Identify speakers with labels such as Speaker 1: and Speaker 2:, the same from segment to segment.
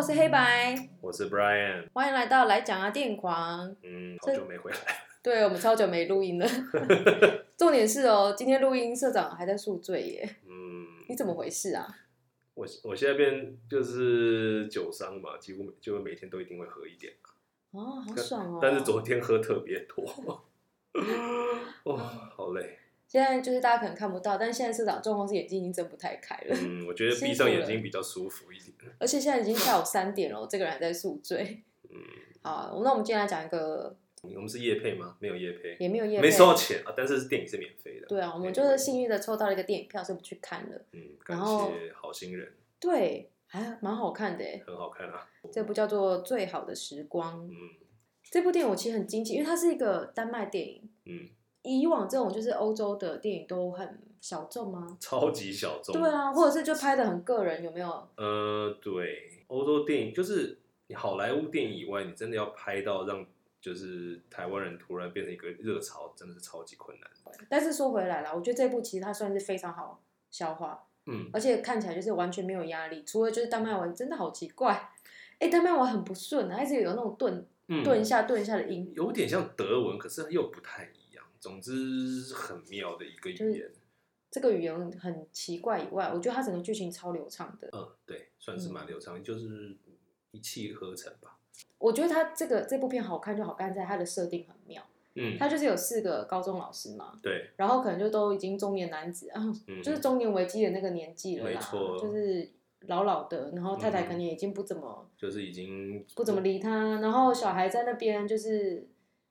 Speaker 1: 是黑白，
Speaker 2: 我是 Brian，
Speaker 1: 欢迎来到来讲啊电狂。
Speaker 2: 嗯，好
Speaker 1: 这
Speaker 2: 久没回来，
Speaker 1: 对我们超久没录音了， 重点是哦，今天录音社长还在宿醉耶，
Speaker 2: 嗯，
Speaker 1: 你怎么回事啊？
Speaker 2: 我我现在变就是酒商嘛，几乎每就每天都一定会喝一点，啊
Speaker 1: 哦，好爽哦！
Speaker 2: 但是昨天喝特别多， 哦，好累，
Speaker 1: 现在就是大家可能看不到，但现在社长状况是眼睛已经睁不太开了，
Speaker 2: 嗯，我觉得闭上眼睛比较舒服一点，
Speaker 1: 而且现在已经下午三点了，这个人还在宿醉。
Speaker 2: 嗯，
Speaker 1: 好啊，那我们今天来讲一个
Speaker 2: 我们是夜配吗？没有夜配，
Speaker 1: 也没有夜
Speaker 2: 没
Speaker 1: 配
Speaker 2: 收到钱啊，但是电影是免费的，
Speaker 1: 对啊，我们就是幸运的抽到了一个电影票，是不去看了。
Speaker 2: 嗯，感
Speaker 1: 然后
Speaker 2: 谢好心人，
Speaker 1: 对，还蛮好看的耶，
Speaker 2: 很好看啊，
Speaker 1: 这部叫做《最好的时光》。
Speaker 2: 嗯
Speaker 1: 这部电影我其实很惊奇，因为它是一个丹麦电影。
Speaker 2: 嗯，
Speaker 1: 以往这种就是欧洲的电影都很小众吗？
Speaker 2: 超级小众，
Speaker 1: 对啊，或者是就拍的很个人，有没有？
Speaker 2: 呃，对，欧洲电影就是你好莱坞电影以外，你真的要拍到让就是台湾人突然变成一个热潮，真的是超级困难。
Speaker 1: 但是说回来啦，我觉得这部其实它算是非常好消化，
Speaker 2: 嗯，
Speaker 1: 而且看起来就是完全没有压力。除了就是丹麦文真的好奇怪，哎，丹麦文很不顺啊，它一直有那种顿
Speaker 2: 嗯
Speaker 1: 顿一下顿一下的音，
Speaker 2: 有点像德文，可是又不太一样。总之，很妙的一个语
Speaker 1: 就是
Speaker 2: 言。
Speaker 1: 这个语言很奇怪以外，我觉得它整个剧情超流畅的。
Speaker 2: 嗯，对，算是蛮流畅，就是一气呵成吧。
Speaker 1: 我觉得它这个这部片好看就好看在它的设定很妙，
Speaker 2: 嗯，
Speaker 1: 它就是有四个高中老师嘛，
Speaker 2: 对，
Speaker 1: 然后可能就都已经中年男子啊，
Speaker 2: 嗯，
Speaker 1: 就是中年危机的那个年纪了
Speaker 2: 没
Speaker 1: 啦，
Speaker 2: 错
Speaker 1: 就是老老的，然后太太
Speaker 2: 嗯
Speaker 1: 可能也已经不怎么、
Speaker 2: 就是已经
Speaker 1: 不怎么理他，然后小孩在那边就是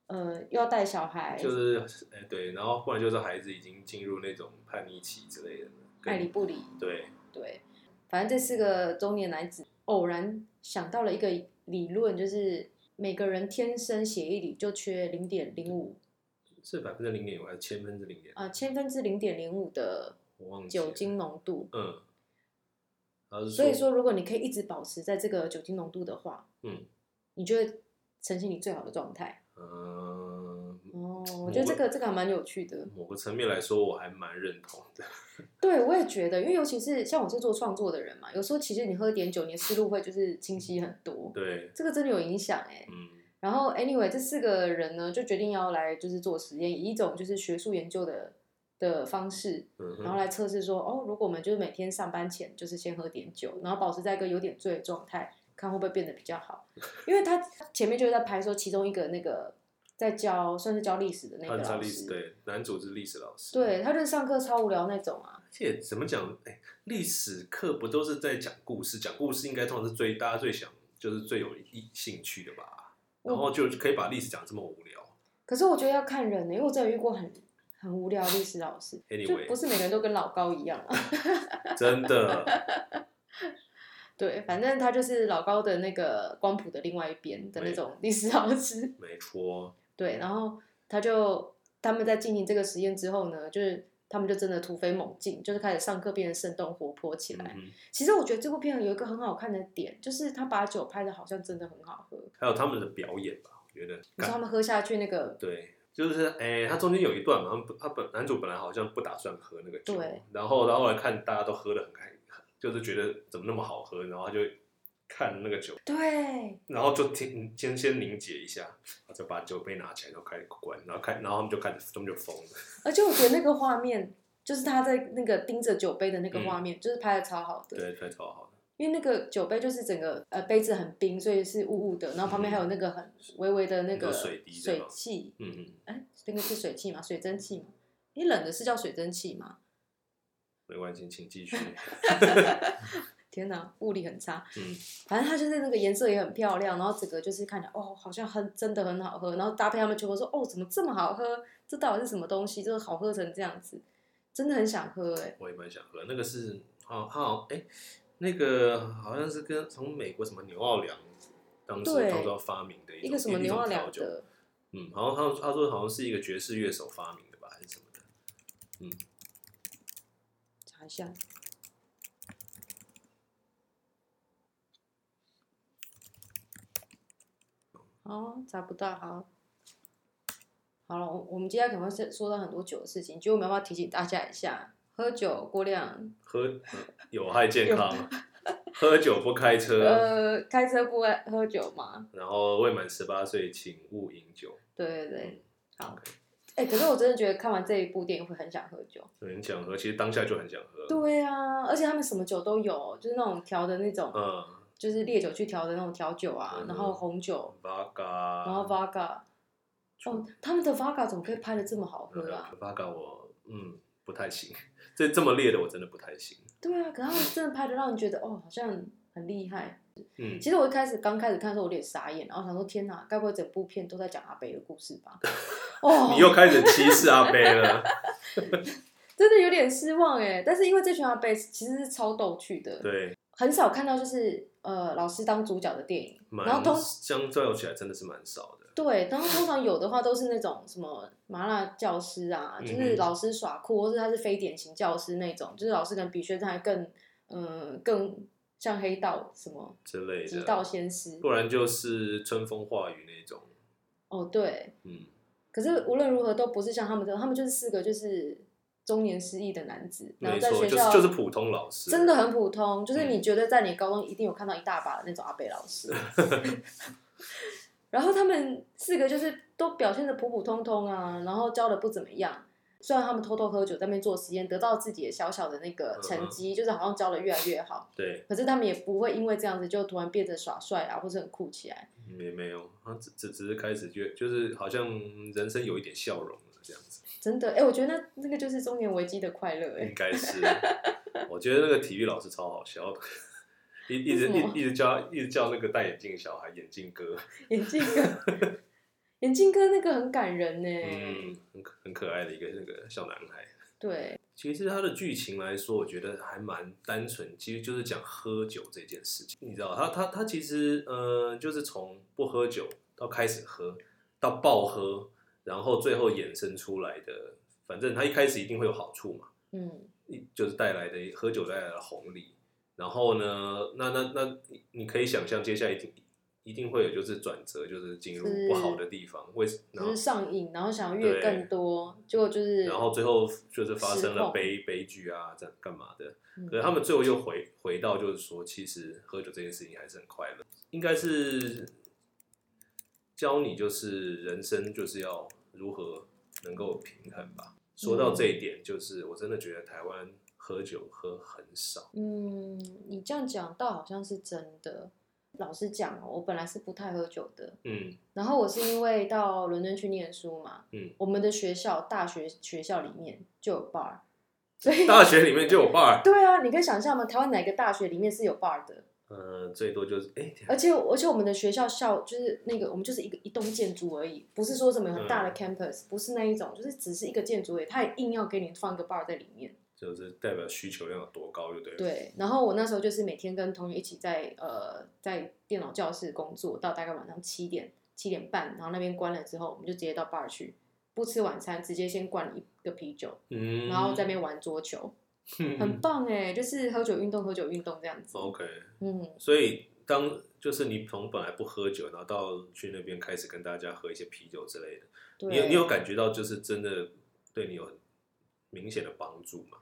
Speaker 1: 呃又要带小孩，
Speaker 2: 就是哎、对，然后不然就是孩子已经进入那种叛逆期之类的，
Speaker 1: 爱
Speaker 2: 跟
Speaker 1: 理不理，
Speaker 2: 对，
Speaker 1: 对，反正这四个中年男子偶然想到了一个理论，就是每个人天生血液里就缺零点零五
Speaker 2: 是百分之零点五还是千分之零点？
Speaker 1: 啊千分之零点零五的
Speaker 2: 我忘记了
Speaker 1: 酒精浓度，
Speaker 2: 嗯，然后是
Speaker 1: 所以说如果你可以一直保持在这个酒精浓度的话，
Speaker 2: 嗯，
Speaker 1: 你就会呈现你最好的状态。
Speaker 2: 嗯、
Speaker 1: 哦，我觉得这个这个还蛮有趣的。
Speaker 2: 某个层面来说，我还蛮认同的。
Speaker 1: 对，我也觉得，因为尤其是像我是做创作的人嘛，有时候其实你喝点酒，你的思路会就是清晰很多，
Speaker 2: 对，
Speaker 1: 这个真的有影响哎、
Speaker 2: 嗯
Speaker 1: 然后，anyway，这四个人呢，就决定要来就是做实验，以一种就是学术研究的的方式，
Speaker 2: 嗯
Speaker 1: 然后
Speaker 2: 哼，
Speaker 1: 来测试说，哦，如果我们就是每天上班前就是先喝点酒，然后保持在一个有点醉的状态，看会不会变得比较 好。因为他前面就是在拍说，其中一个那个在教算是教历史的那个
Speaker 2: 按照
Speaker 1: 老
Speaker 2: 历史，
Speaker 1: 师，
Speaker 2: 对，男主是历史老师，，
Speaker 1: 对，他就是上课超无聊那种啊。
Speaker 2: 而且怎么讲？哎，历史课不都是在讲故事？讲故事应该通常是最大家最想，就是最有意兴趣的吧？
Speaker 1: 我
Speaker 2: 然后就可以把历史讲这么无聊。
Speaker 1: 可是我觉得要看人呢、因为我真的遇过很很无聊的历史老师就
Speaker 2: Anyway
Speaker 1: 不是每个人都跟老高一样啊。
Speaker 2: 真的，
Speaker 1: 对，反正他就是老高的那个光谱的另外一边的那种历史老师。
Speaker 2: 没错，
Speaker 1: 对，然后他就他们在进行这个实验之后呢，就是他们就真的突飞猛进，就是开始上课变得生动活泼起
Speaker 2: 嗯
Speaker 1: 来。
Speaker 2: 哼，
Speaker 1: 其实我觉得这部片有一个很好看的点，就是他把酒拍的好像真的很好喝，
Speaker 2: 还有他们的表演吧，我觉得
Speaker 1: 你知道他们喝下去那个
Speaker 2: 对，就是哎、他中间有一段嘛，他们不他本男主本来好像不打算喝那个酒
Speaker 1: 对，
Speaker 2: 然后他后来看大家都喝的很开，就是觉得怎么那么好喝，然后他就看那个酒，
Speaker 1: 对
Speaker 2: 然后就听先先凝结一下，然后就把酒杯拿起来，然后开始关，然后开，然后他们就开始他们就疯了，
Speaker 1: 而且我觉得那个画面，就是他在那个盯着酒杯的那个画面，就是拍的超好的。
Speaker 2: 嗯对，对，超好的，
Speaker 1: 因为那个酒杯就是整个呃杯子很冰，所以是雾雾的，然后旁边还有那个很微微的那
Speaker 2: 有
Speaker 1: 个
Speaker 2: 水滴对
Speaker 1: 水
Speaker 2: 吗
Speaker 1: 汽，
Speaker 2: 嗯嗯，
Speaker 1: 哎、那个是水汽嘛，水蒸气嘛？你冷的是叫水蒸气吗？
Speaker 2: 没关系，请继续，
Speaker 1: 天哪，物理很差。
Speaker 2: 嗯，
Speaker 1: 反正它就是那个颜色也很漂亮，然后整个就是看起来哦，好像很真的很好喝，然后搭配他们全部说哦，怎么这么好喝？这到底是什么东西？这个好喝成这样子，真的很想喝哎、
Speaker 2: 我也蛮想喝，那个是好好哎，那个好像是跟从美国什么牛奥良。当时
Speaker 1: 对
Speaker 2: 当初发明的一
Speaker 1: 一
Speaker 2: 种
Speaker 1: 个什么
Speaker 2: 一
Speaker 1: 牛
Speaker 2: 种
Speaker 1: 二
Speaker 2: 调
Speaker 1: 两
Speaker 2: 酒
Speaker 1: 的，
Speaker 2: 嗯，好像他他说好像是一个爵士乐手发明的吧，还是什么的。嗯
Speaker 1: 查一下。哦，查不到，好，好了，我我们接下来可能会是说到很多酒的事情，就我们要不要提醒大家一下，喝酒过量
Speaker 2: 喝有害健康，喝酒不开车，
Speaker 1: 呃，开车不爱喝酒嘛？
Speaker 2: 然后未满十八岁请勿饮酒。
Speaker 1: 对对对，好
Speaker 2: OK。
Speaker 1: 哎、可是我真的觉得看完这一部电影会很想喝酒。
Speaker 2: 很想喝，其实当下就很想喝。，
Speaker 1: 对啊，而且他们什么酒都有，就是那种调的那种，
Speaker 2: 嗯
Speaker 1: 就是烈酒去调的那种调酒啊，
Speaker 2: 嗯
Speaker 1: 然后红酒，
Speaker 2: ，Vaga，
Speaker 1: 然后 Vaga。哦，他们的 Vaga 怎么可以拍的这么好喝啊？
Speaker 2: Vaga 嗯我嗯不太行，这这么烈的我真的不太行。
Speaker 1: 对啊，可是他们真的拍的让你觉得哦，好像很厉害。
Speaker 2: 嗯，
Speaker 1: 其实我一开始刚开始看的时候，我有点傻眼，然后想说天哪，该不会整部片都在讲阿北的故事吧？哦，
Speaker 2: 你又开始歧视阿贝了。
Speaker 1: 真的有点失望哎。但是因为这群阿贝其实是超逗趣的，
Speaker 2: 对，
Speaker 1: 很少看到就是呃老师当主角的电影，
Speaker 2: 蛮
Speaker 1: 然后通
Speaker 2: 相较起来真的是蛮少的。
Speaker 1: 对，然后通常有的话都是那种什么麻辣教师啊，就
Speaker 2: 嗯
Speaker 1: 是
Speaker 2: 哼
Speaker 1: 老师耍酷，或是他是非典型教师那种，就是老师可能比学生还更嗯、呃更像黑道什么
Speaker 2: 之类
Speaker 1: 极
Speaker 2: 的，
Speaker 1: 道先师
Speaker 2: 不然就是春风化雨那种。
Speaker 1: 哦，对。
Speaker 2: 嗯，
Speaker 1: 可是无论如何都不是像他们这种，他们就是四个就是中年失忆的男子，然后
Speaker 2: 没
Speaker 1: 在
Speaker 2: 错，
Speaker 1: 学
Speaker 2: 就
Speaker 1: 校
Speaker 2: 是就是普通老师，
Speaker 1: 真的很普通，就是
Speaker 2: 嗯
Speaker 1: 你觉得在你高中一定有看到一大把的那种阿北老 师，然后他们四个就是都表现的普普通通啊，然后教的不怎么样。虽然他们偷偷喝酒在那边做实验，得到自己的小小的那个
Speaker 2: 嗯
Speaker 1: 成绩，就是好像教的越来越好，
Speaker 2: 对，
Speaker 1: 可是他们也不会因为这样子就突然变得耍帅啊，或者很酷起来。
Speaker 2: 嗯也没有，他只只只是开始觉，就是好像人生有一点笑容了这样子，
Speaker 1: 真的，哎、我觉得那那个就是中年危机的快乐、
Speaker 2: 应
Speaker 1: 哎，
Speaker 2: 该是。我觉得那个体育老师超好笑的，一一直
Speaker 1: 为什么
Speaker 2: 一一直叫一直叫那个戴眼镜的小孩眼镜哥，
Speaker 1: 眼镜哥，眼镜哥那个很感人呢、
Speaker 2: 嗯，很可很可爱的一个那个小男孩。
Speaker 1: 对，
Speaker 2: 其实它的剧情来说，我觉得还蛮单纯，其实就是讲喝酒这件事情。你知道，他他他其实呃，就是从不喝酒到开始喝，到暴喝，然后最后衍生出来的，反正他一开始一定会有好处嘛，
Speaker 1: 嗯，
Speaker 2: 一就是带来的喝酒带来的红利。然后呢，那那那你你可以想象，接下来一定一定会有就是转折，就是进入
Speaker 1: 是
Speaker 2: 不好的地方，为然
Speaker 1: 就
Speaker 2: 后
Speaker 1: 是上瘾，然后想要越
Speaker 2: 对
Speaker 1: 更多，结果就是，
Speaker 2: 然后最后就是发
Speaker 1: 失
Speaker 2: 生了
Speaker 1: 控
Speaker 2: 悲悲剧啊，这样干嘛的？
Speaker 1: 嗯
Speaker 2: 可是他们最后又回回到，就是说，其实喝酒这件事情还是很快乐，应该是教你就是人生就是要如何能够平衡吧。说到这
Speaker 1: 嗯
Speaker 2: 一点，就是我真的觉得台湾喝酒喝很少，
Speaker 1: 嗯，你这样讲倒好像是真的。老实讲哦，我本来是不太喝酒的，
Speaker 2: 嗯
Speaker 1: 然后我是因为到伦敦去念书嘛，
Speaker 2: 嗯，
Speaker 1: 我们的学校大学学校里面就有 bar，所以
Speaker 2: 大学里面就有 bar，
Speaker 1: 对啊，你可以想象吗？台湾哪个大学里面是有 bar 的？
Speaker 2: 呃，最多就是哎，
Speaker 1: 而且而且我们的学校校就是那个我们就是一个一栋建筑而已，不是说什么很
Speaker 2: 嗯
Speaker 1: 大的 campus，、不是那一种，就是只是一个建筑而已，他也硬要给你放一个 bar 在里面。
Speaker 2: 就是代表需求量有多高，就对了。
Speaker 1: 对，然后我那时候就是每天跟同学一起在呃在电脑教室工作，到大概晚上七点七点半，然后那边关了之后，我们就直接到 bar 去，不吃晚餐，直接先灌一个啤酒，
Speaker 2: 嗯，
Speaker 1: 然后在那边玩桌球，很棒哎，就是喝酒运动，喝酒运动这样子。
Speaker 2: OK。
Speaker 1: 嗯，
Speaker 2: 所以当就是你从本来不喝酒，然后到去那边开始跟大家喝一些啤酒之类的，你有
Speaker 1: 对。
Speaker 2: 你有感觉到就是真的对你有很明显的帮助吗？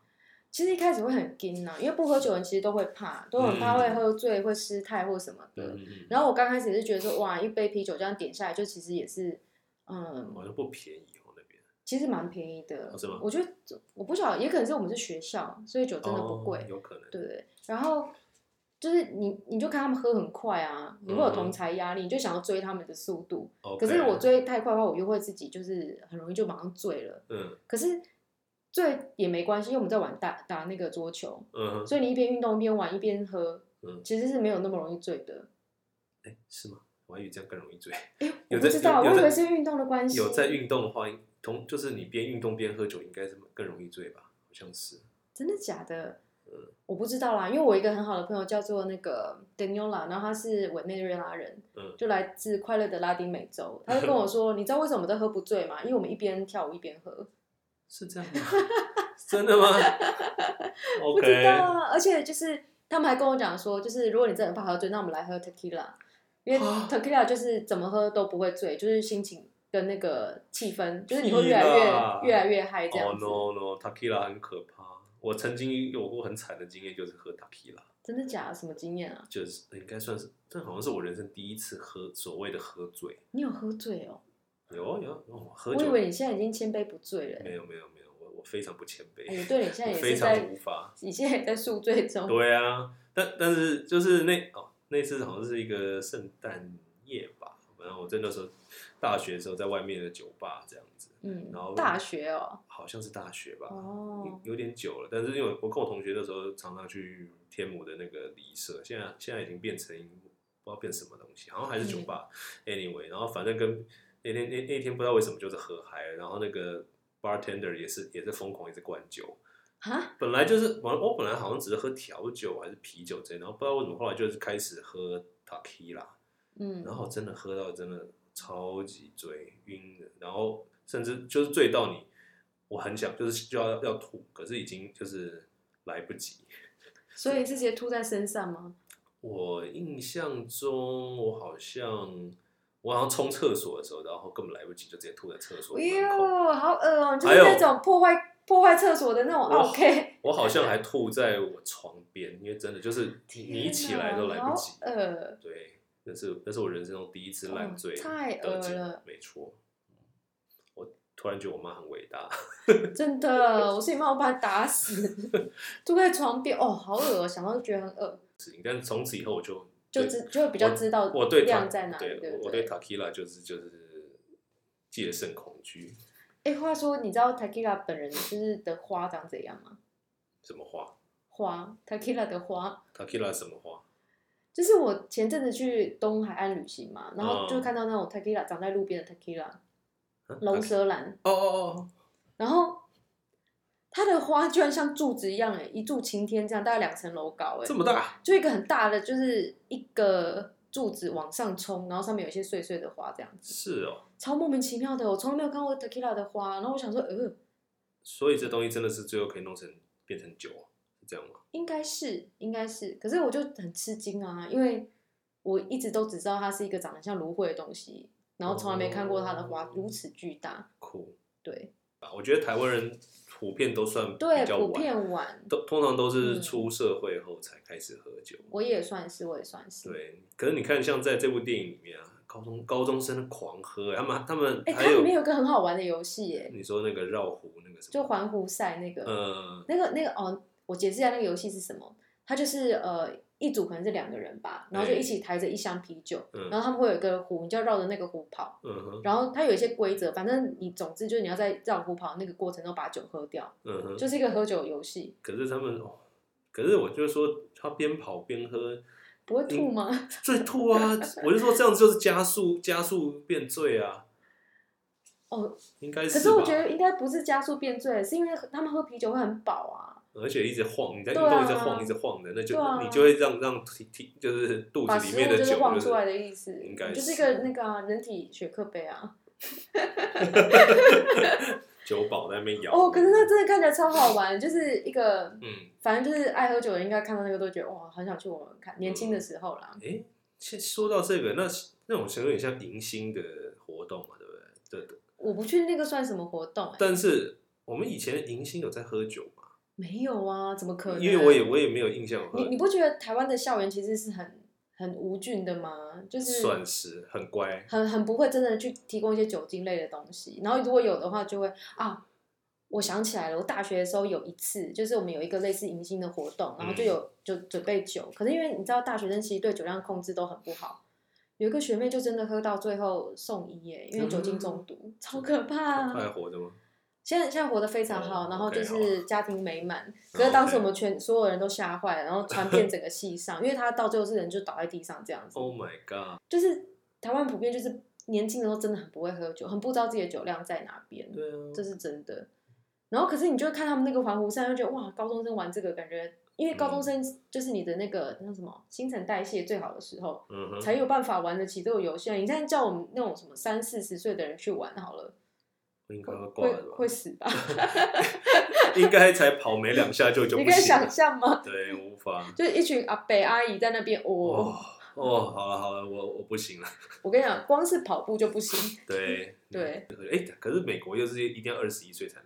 Speaker 1: 其实一开始会很惊呐、因为不喝酒的人其实都会怕，都很怕会喝醉、会失态或什么的。
Speaker 2: 嗯，
Speaker 1: 然后我刚开始也是觉得说，哇，一杯啤酒这样点下来，就其实也是，嗯，
Speaker 2: 好像不便宜哦那边，
Speaker 1: 其实蛮便宜的，
Speaker 2: 哦是吗
Speaker 1: 我觉得我不晓得，也可能是我们是学校，所以酒真的不贵，
Speaker 2: 哦有可能。
Speaker 1: 对不对？然后就是你你就看他们喝很快啊，你会有
Speaker 2: 嗯
Speaker 1: 同才压力，你就想要追他们的速度。
Speaker 2: OK
Speaker 1: 可是我追太快的话，我又会自己就是很容易就马上醉了。
Speaker 2: 嗯
Speaker 1: 可是醉也没关系，因为我们在玩打打那个桌球，
Speaker 2: 嗯哼
Speaker 1: 所以你一边运动一边玩一边喝，
Speaker 2: 嗯
Speaker 1: 其实是没有那么容易醉的。
Speaker 2: 哎是吗？我还以为这样更容易醉。
Speaker 1: 哎，我
Speaker 2: 有
Speaker 1: 不
Speaker 2: 在
Speaker 1: 知道，我
Speaker 2: 有有
Speaker 1: 以
Speaker 2: 在
Speaker 1: 为是运动的关系。
Speaker 2: 有在运动的话，同就是你边运动边喝酒，应该是更容易醉吧？好像是。
Speaker 1: 真的假的
Speaker 2: 嗯？
Speaker 1: 我不知道啦，因为我有一个很好的朋友叫做那个 Daniela，然后他是委内瑞拉人，
Speaker 2: 嗯
Speaker 1: 就来自快乐的拉丁美洲。他就跟我说，你知道为什么我们都喝不醉吗？因为我们一边跳舞一边喝。
Speaker 2: 是这样 吗？真的吗
Speaker 1: 不知道
Speaker 2: ？OK，
Speaker 1: 啊，而且就是他们还跟我讲说，就是如果你真的很怕喝醉，那我们来喝 tequila，因为
Speaker 2: 啊
Speaker 1: tequila 就是怎么喝都不会醉，就是心情跟那个气氛，就是你会越来越
Speaker 2: Tequila
Speaker 1: 越来越嗨哎这样子。
Speaker 2: 哦哦、no no，tequila 很可怕。我曾经有过很惨的经验，就是喝 tequila。
Speaker 1: 真的假的？什么经验啊？
Speaker 2: 就是应该算是，这好像是我人生第一次喝所谓的喝醉。
Speaker 1: 你有喝醉哦？
Speaker 2: 有啊有啊，哦喝
Speaker 1: 我以
Speaker 2: 酒
Speaker 1: 为你现在已经千杯不醉了欸。
Speaker 2: 没有没有没有，我我非常不谦卑，
Speaker 1: 哎对你现在
Speaker 2: 我
Speaker 1: 也
Speaker 2: 非
Speaker 1: 是
Speaker 2: 常
Speaker 1: 在
Speaker 2: 无法。
Speaker 1: 你现在也在宿醉中。
Speaker 2: 对啊，但但是就是那哦，那次好像是一个圣诞夜吧，然后我在那时候大学的时候在外面的酒吧这样子，
Speaker 1: 嗯
Speaker 2: 然后，
Speaker 1: 大学哦，
Speaker 2: 好像是大学吧，
Speaker 1: 哦，
Speaker 2: 有有点久了。但是因为我跟我同学那时候常常去天母的那个礼社，现在现在已经变成不知道变什么东西，好像还是
Speaker 1: 嗯
Speaker 2: 酒吧。anyway，然后反正跟那天那那天不知道为什么就是喝嗨了，然后那个 bartender 也是也是疯狂一直灌酒。
Speaker 1: 哈，
Speaker 2: 本来就是我我本来好像只是喝调酒还是啤酒之类的，然后不知道为什么后来就是开始喝 t a k i l a
Speaker 1: 嗯
Speaker 2: 然，后真的喝到真的超级醉晕的，然后甚至就是醉到你我很想就是就要要吐，可是已经就是来不及。
Speaker 1: 所以是直接吐在身上吗？
Speaker 2: 我印象中我好像我好像冲厕所的时候，然后根本来不及就直接吐在厕所
Speaker 1: 哎
Speaker 2: 门口。
Speaker 1: 呦，好恶哦，就
Speaker 2: 还
Speaker 1: 是
Speaker 2: 有
Speaker 1: 那种破坏破坏厕所的那种
Speaker 2: 我
Speaker 1: OK。
Speaker 2: 我好像还吐在我床边，因为真的就是你一起来都来不及。
Speaker 1: 天哪好恶
Speaker 2: 对，那是那是我人生中第一次烂醉、
Speaker 1: 哦太
Speaker 2: 得
Speaker 1: 恶
Speaker 2: 志
Speaker 1: 了，
Speaker 2: 没错。我突然觉得我妈很伟大，
Speaker 1: 真的，我是你妈，我把他打死， 吐在床边，哦，好恶哦，想到就觉得很恶，
Speaker 2: 但从此以后我就
Speaker 1: 就
Speaker 2: 对
Speaker 1: 知就会比较知道
Speaker 2: 我对
Speaker 1: 量
Speaker 2: 他
Speaker 1: 在哪里，
Speaker 2: 对
Speaker 1: 对
Speaker 2: 我
Speaker 1: 不
Speaker 2: 我对
Speaker 1: 对？
Speaker 2: Takila 就是就是戒慎恐惧，
Speaker 1: 哎，话说，你知道 Takila 本人就是的花长怎样吗？
Speaker 2: 什么花
Speaker 1: 花 Takila 的花。
Speaker 2: Takila 什么花？
Speaker 1: 就是我前阵子去东海岸旅行嘛，然后
Speaker 2: 嗯
Speaker 1: 就看到那种 tequila 长在路边的 tequila
Speaker 2: 啊
Speaker 1: 龙
Speaker 2: Taki-
Speaker 1: 舌兰，
Speaker 2: 哦哦
Speaker 1: 然后它的花居然像柱子一样哎，一柱擎天这样，大概两层楼高
Speaker 2: 哦，
Speaker 1: 哎
Speaker 2: 这，么大，
Speaker 1: 就一个很大的，就是一个柱子往上冲，然后上面有一些碎碎的花这样子，
Speaker 2: 是哦。
Speaker 1: 超莫名其妙的，我从来没有看过 tequila 的花，然后我想说，呃，
Speaker 2: 所以这东西真的是最后可以弄成变成酒啊，是这样吗？
Speaker 1: 应该是，应该是，可是我就很吃惊啊，因为我一直都只知道它是一个长得像芦荟的东西，然后从来没看过它的花
Speaker 2: 哦
Speaker 1: 如此巨大。
Speaker 2: 酷
Speaker 1: 对
Speaker 2: 啊！我觉得台湾人普遍都算
Speaker 1: 对
Speaker 2: 比，较
Speaker 1: 普
Speaker 2: 晚，
Speaker 1: 遍晚，
Speaker 2: 都通常都是
Speaker 1: 嗯
Speaker 2: 出社会后才开始喝酒。
Speaker 1: 我也算是，我也算是。，
Speaker 2: 对，可是你看，像在这部电影里面啊，高中高中生狂喝，欸他们他们
Speaker 1: 哎、
Speaker 2: 还
Speaker 1: 它里
Speaker 2: 有、
Speaker 1: 面有个很好玩的游戏耶，
Speaker 2: 你说那个绕湖那个什么，
Speaker 1: 就环湖赛那个，
Speaker 2: 呃
Speaker 1: 那个那个哦，我解释一下那个游戏是什么，它就是呃一组可能是两个人吧，然后就
Speaker 2: 哎
Speaker 1: 一起抬着一箱啤酒，
Speaker 2: 嗯
Speaker 1: 然后他们会有一个湖，你就要绕着那个湖跑。
Speaker 2: 嗯哼
Speaker 1: 然后它有一些规则，反正你总之就是你要在绕湖跑那个过程中把酒喝掉，
Speaker 2: 嗯哼，
Speaker 1: 就是一个喝酒游戏。
Speaker 2: 可是他们哦，可是我就说他边跑边喝，
Speaker 1: 不会吐
Speaker 2: 嗯
Speaker 1: 吗？
Speaker 2: 最吐啊！ 我就说这样子就是加速加速变醉啊，
Speaker 1: 哦，
Speaker 2: 应该
Speaker 1: 可
Speaker 2: 是吧？
Speaker 1: 是我觉得应该不是加速变醉，是因为他们喝啤酒会很饱啊，
Speaker 2: 而且一直晃，你在运
Speaker 1: 对
Speaker 2: 动一
Speaker 1: 啊
Speaker 2: 直晃、一直晃的，那就、
Speaker 1: 对啊
Speaker 2: 你就会让让体体就是肚
Speaker 1: 把
Speaker 2: 子里
Speaker 1: 食
Speaker 2: 面
Speaker 1: 物
Speaker 2: 的
Speaker 1: 就
Speaker 2: 酒
Speaker 1: 是晃
Speaker 2: 就是
Speaker 1: 出来的意思，
Speaker 2: 应该
Speaker 1: 你就是一
Speaker 2: 是
Speaker 1: 个那个啊、人体雪克杯啊。
Speaker 2: 酒保在那边摇。
Speaker 1: 哦，可是那真的看起来超好玩，就是一个。
Speaker 2: 嗯，
Speaker 1: 反正就是爱喝酒的人，应该看到那个都觉得哇，很想去玩玩看。年轻的时候啦，
Speaker 2: 哎、先说到这个，那那种有点像迎新的活动嘛，对不对？对的。
Speaker 1: 我不去那个算什么活动、欸？
Speaker 2: 但是我们以前迎新有在喝酒嘛？
Speaker 1: 没有啊，怎么可能？
Speaker 2: 因为我也我也没有印象有
Speaker 1: 你
Speaker 2: 喝
Speaker 1: 你，不觉得台湾的校园其实是很很无菌的吗？就是
Speaker 2: 算是很乖。
Speaker 1: 很很不会真的去提供一些酒精类的东西。然后如果有的话，就会啊，我想起来了，我大学的时候有一次，就是我们有一个类似迎新的活动，然后就有、就准备酒，可是因为你知道大学生其实对酒量控制都很不好。有一个学妹就真的喝到最后送医耶，因为酒精中毒，超可怕。
Speaker 2: 快活的吗？
Speaker 1: 现在现在活得非常好，
Speaker 2: 哦
Speaker 1: 然后就
Speaker 2: OK，嗯
Speaker 1: 是家庭美满。可是当时我们全所有人都吓坏了，然后传遍整个系上，因为他到最后是人就倒在地上这样子。
Speaker 2: Oh my god！
Speaker 1: 就是台湾普遍就是年轻的时候真的很不会喝酒，很不知道自己的酒量在哪边，
Speaker 2: 对啊，
Speaker 1: 这是真的。然后可是你就会看他们那个环湖赛，就觉得哇，高中生玩这个感觉，因为高中
Speaker 2: 嗯
Speaker 1: 生就是你的那个那叫什么新陈代谢最好的时候，
Speaker 2: 嗯哼，
Speaker 1: 才有办法玩得起这个游戏。啊。你现在叫我们那种什么三四十岁的人去玩好了，
Speaker 2: 应该要挂
Speaker 1: 会
Speaker 2: 了吧？
Speaker 1: 会死吧？
Speaker 2: 应该才跑没两下就 就
Speaker 1: 你
Speaker 2: 不
Speaker 1: 可以
Speaker 2: 行
Speaker 1: 想
Speaker 2: 了。
Speaker 1: 象吗？
Speaker 2: 对，无法。
Speaker 1: 就是一群阿北阿姨在那边哦，
Speaker 2: 哦哦，好了好了，我我不行了。
Speaker 1: 我跟你讲，光是跑步就不行。
Speaker 2: 对
Speaker 1: 对，
Speaker 2: 哎、可是美国又是一定要二十一岁才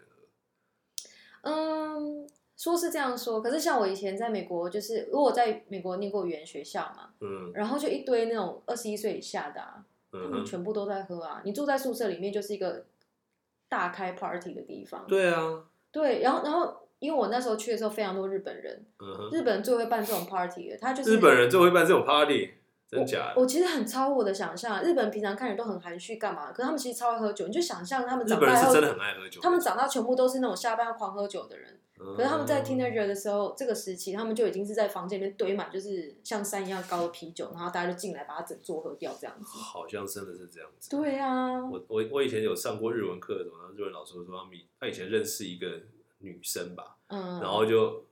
Speaker 2: 能喝，
Speaker 1: 嗯，说是这样说，可是像我以前在美国，就是因为我在美国念过语言学校嘛，
Speaker 2: 嗯
Speaker 1: 然后就一堆那种二十一岁以下的、啊，他
Speaker 2: 嗯
Speaker 1: 们
Speaker 2: 哼，
Speaker 1: 全部都在喝啊。你住在宿舍里面就是一个大开 party 的地方，
Speaker 2: 对啊，
Speaker 1: 对然后然后因为我那时候去的时候非常多日本人，
Speaker 2: 嗯哼，
Speaker 1: 日本人最会办这种 party 的，他就是
Speaker 2: 日本人最会办这种 party，真假的？
Speaker 1: 我其实很超乎我的想象，日本平常看人都很含蓄干嘛，可是他们其实超爱喝酒。你就想象他们
Speaker 2: 日
Speaker 1: 长
Speaker 2: 本
Speaker 1: 大
Speaker 2: 人是
Speaker 1: 后
Speaker 2: 真，的很爱喝酒，
Speaker 1: 他们长大全部都是那种下班狂喝酒的人。
Speaker 2: 嗯，
Speaker 1: 可是他们在 teenager 的时候，这个时期他们就已经是在房间里面堆满就是像山一样高的啤酒，然后大家就进来把它整座喝掉这样子。
Speaker 2: 好像真的是这样子。
Speaker 1: 对啊，
Speaker 2: 我我我以前有上过日文课的时候，然后日文老师说他们以他以前认识一个女生吧，
Speaker 1: 嗯，
Speaker 2: 然后就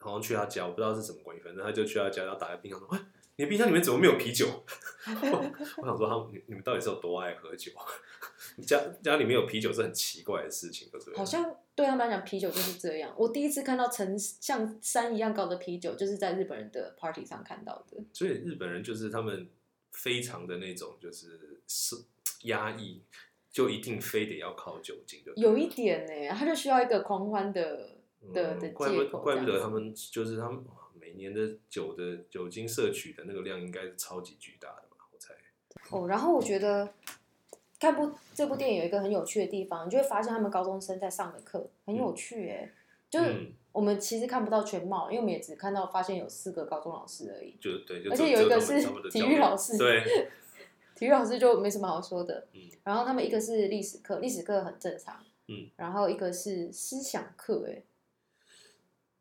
Speaker 2: 好像去他家，我不知道是什么关系，反正他就去他家，然后打开冰箱说：“哎，你的冰箱里面怎么没有啤酒？” 我想说他们你你们到底是有多爱喝酒？ 家家里面有啤酒是很奇怪的事情，对不对？
Speaker 1: 好像对他们来讲啤酒就是这样。我第一次看到成像山一样高的啤酒，就是在日本人的 party 上看到的。
Speaker 2: 所以日本人就是他们非常的那种就是是压抑，就一定非得要靠酒精就对了
Speaker 1: 有一点呢、他就需要一个狂欢的的的
Speaker 2: 嗯、怪不
Speaker 1: 借口
Speaker 2: 怪
Speaker 1: 这样
Speaker 2: 不得
Speaker 1: 子
Speaker 2: 他们就是他们哇每年的酒的酒精摄取的那个量应该是超级巨大的吧，我猜。
Speaker 1: 哦，然后我觉得看部这部电影有一个很有趣的地方，你就会发现他们高中生在上的课很有趣哎、就是
Speaker 2: 嗯，
Speaker 1: 我们其实看不到全貌，因为我们也只看到发现有四个高中老师而已，
Speaker 2: 就对，就
Speaker 1: 而且
Speaker 2: 只
Speaker 1: 有一个
Speaker 2: 只他们
Speaker 1: 是
Speaker 2: 他们的
Speaker 1: 体
Speaker 2: 教
Speaker 1: 育
Speaker 2: 育
Speaker 1: 老师
Speaker 2: 对，
Speaker 1: 体育老师就没什么好说的。
Speaker 2: 嗯
Speaker 1: 然后他们一个是历史课，历史课很正常。
Speaker 2: 嗯，
Speaker 1: 然后一个是思想课哎、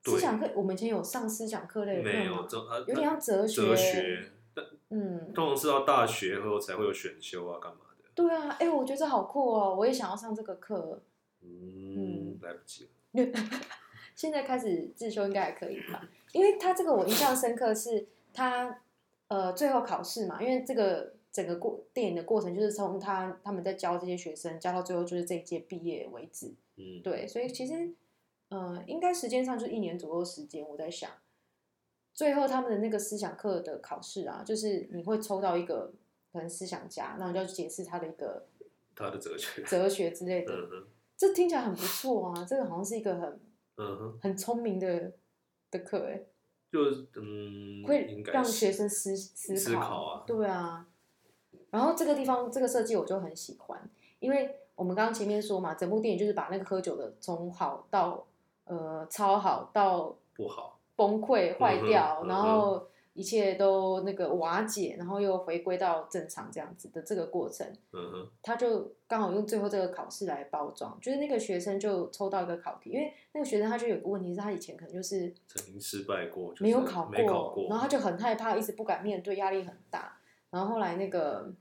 Speaker 2: 对
Speaker 1: 思想课我们以前有上思想课类的
Speaker 2: 没
Speaker 1: 课
Speaker 2: 有
Speaker 1: 吗？
Speaker 2: 这啊
Speaker 1: 有点像哲学。
Speaker 2: 哲学，但
Speaker 1: 嗯，
Speaker 2: 通常是到大学后才会有选修啊，干嘛的？
Speaker 1: 对啊，哎、我觉得这好酷哦，我也想要上这个课。
Speaker 2: 嗯，来不及了。
Speaker 1: 现在开始自修应该还可以吧？因为他这个我印象深刻是他呃最后考试嘛，因为这个整个过电影的过程就是从他他们在教这些学生教到最后就是这一届毕业为止，
Speaker 2: 嗯，
Speaker 1: 对，所以其实呃应该时间上就是一年左右时间，我在想。最后他们的那个思想课的考试啊，就是你会抽到一个可能思想家，然后你就要去解释他的一个
Speaker 2: 他的哲学，
Speaker 1: 哲学之类的，
Speaker 2: 嗯哼，
Speaker 1: 这听起来很不错啊，这个好像是一个很
Speaker 2: 嗯哼，
Speaker 1: 很聪明的的课哎、
Speaker 2: 就是嗯，
Speaker 1: 会
Speaker 2: 应该
Speaker 1: 让
Speaker 2: 是
Speaker 1: 学生思思考
Speaker 2: 思考啊
Speaker 1: 对啊。然后这个地方这个设计我就很喜欢，因为我们刚刚前面说嘛，整部电影就是把那个喝酒的从好到呃超好到
Speaker 2: 不好，
Speaker 1: 崩溃坏掉，
Speaker 2: 嗯哼
Speaker 1: 然后一切都那个瓦解，然后又回归到正常这样子的这个过程，
Speaker 2: 嗯哼，
Speaker 1: 他就刚好用最后这个考试来包装，就是那个学生就抽到一个考题，因为那个学生他就有个问题是他以前可能就是
Speaker 2: 曾经失败过，就是
Speaker 1: 没有考过，
Speaker 2: 没考过，
Speaker 1: 然后他就很害怕，一直不敢面对，压力很大。然后后来那个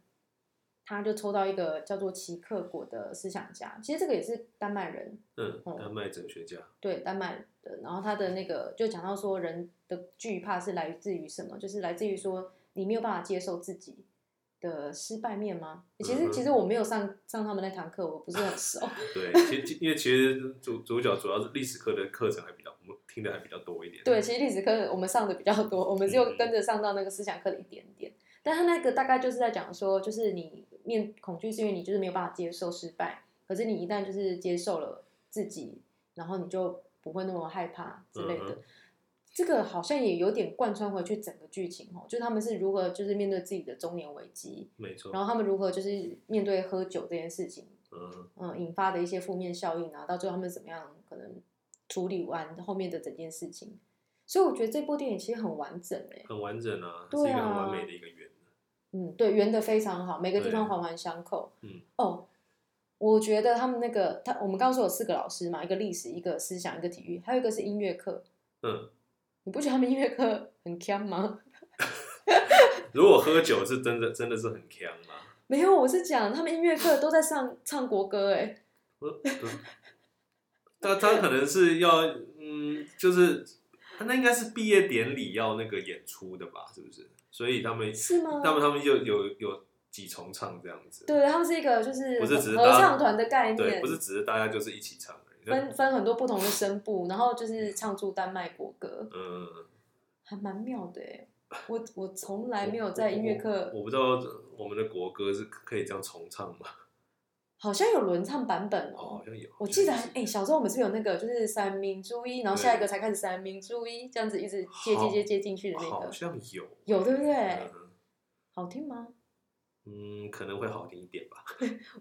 Speaker 1: 他就抽到一个叫做齐克果的思想家，其实这个也是丹麦人，
Speaker 2: 嗯，
Speaker 1: 嗯
Speaker 2: 丹麦哲学家，
Speaker 1: 对丹麦的。然后他的那个就讲到说，人的惧怕是来自于什么？就是来自于说你没有办法接受自己。的失败面吗？其
Speaker 2: 嗯
Speaker 1: 实
Speaker 2: 哼
Speaker 1: 其实我没有上上他们那堂课，我不是很熟。
Speaker 2: 对，其实因为其实主主角主要是历史课的课程还比较，我们听的还比较多一点。
Speaker 1: 对，其实历史课我们上的比较多，我们只
Speaker 2: 嗯
Speaker 1: 有跟着上到那个思想课的一点点。但他那个大概就是在讲说，就是你面恐惧是因为你就是没有办法接受失败，可是你一旦就是接受了自己，然后你就不会那么害怕之类的。
Speaker 2: 嗯
Speaker 1: 这个好像也有点贯穿回去整个剧情哦，就是他们是如何就是面对自己的中年危机，
Speaker 2: 没错
Speaker 1: 然。后他们如何就是面对喝酒这件事情，
Speaker 2: 嗯，
Speaker 1: 嗯引发的一些负面效应啊，到最后他们怎么样可能处理完后面的整件事情。所以我觉得这部电影其实很完整诶、
Speaker 2: 很完整啊，是
Speaker 1: 对啊
Speaker 2: 一个很完美的一个圆。
Speaker 1: 嗯，对，圆的非常好，每个地方
Speaker 2: 对
Speaker 1: 环环相扣。
Speaker 2: 嗯，
Speaker 1: 哦，我觉得他们那个他，我们刚刚说有四个老师嘛，一个历史，一个思想，一个体育，还有一个是音乐课。
Speaker 2: 嗯，
Speaker 1: 你不觉得他们音乐课很强吗？
Speaker 2: 如果喝酒是真的，真的是很强啊。
Speaker 1: 没有，我是讲他们音乐课都在上唱国歌欸诶、
Speaker 2: 我嗯他他可能是要嗯，就是他那应该是毕业典礼要那个演出的吧，是不是？所以他们
Speaker 1: 是吗？
Speaker 2: 他们他们就有有几重唱这样子，
Speaker 1: 嗯对，他们是一个就是
Speaker 2: 不是只是
Speaker 1: 合
Speaker 2: 大家
Speaker 1: 唱团的概
Speaker 2: 对，
Speaker 1: 念
Speaker 2: 不，是只是大家就是一起唱而已。
Speaker 1: 分分很多不同的声部，然后就是唱出丹麦国歌，
Speaker 2: 嗯，
Speaker 1: 还蛮妙的哎。我我从来没有在音乐
Speaker 2: 我
Speaker 1: 课，
Speaker 2: 我不知道我们的国歌是可以这样重唱吗？
Speaker 1: 好像有轮唱版本
Speaker 2: 哦，好像有，
Speaker 1: 我记得还
Speaker 2: 好像
Speaker 1: 哎、小时候我们是不是有那个，就是三民主义，然后下一个才开始三民主义，这样子一直接接接接进去的那
Speaker 2: 好
Speaker 1: 个，
Speaker 2: 像有，
Speaker 1: 有对不对
Speaker 2: 嗯？哼
Speaker 1: 好听吗？
Speaker 2: 嗯，可能会好听一点吧。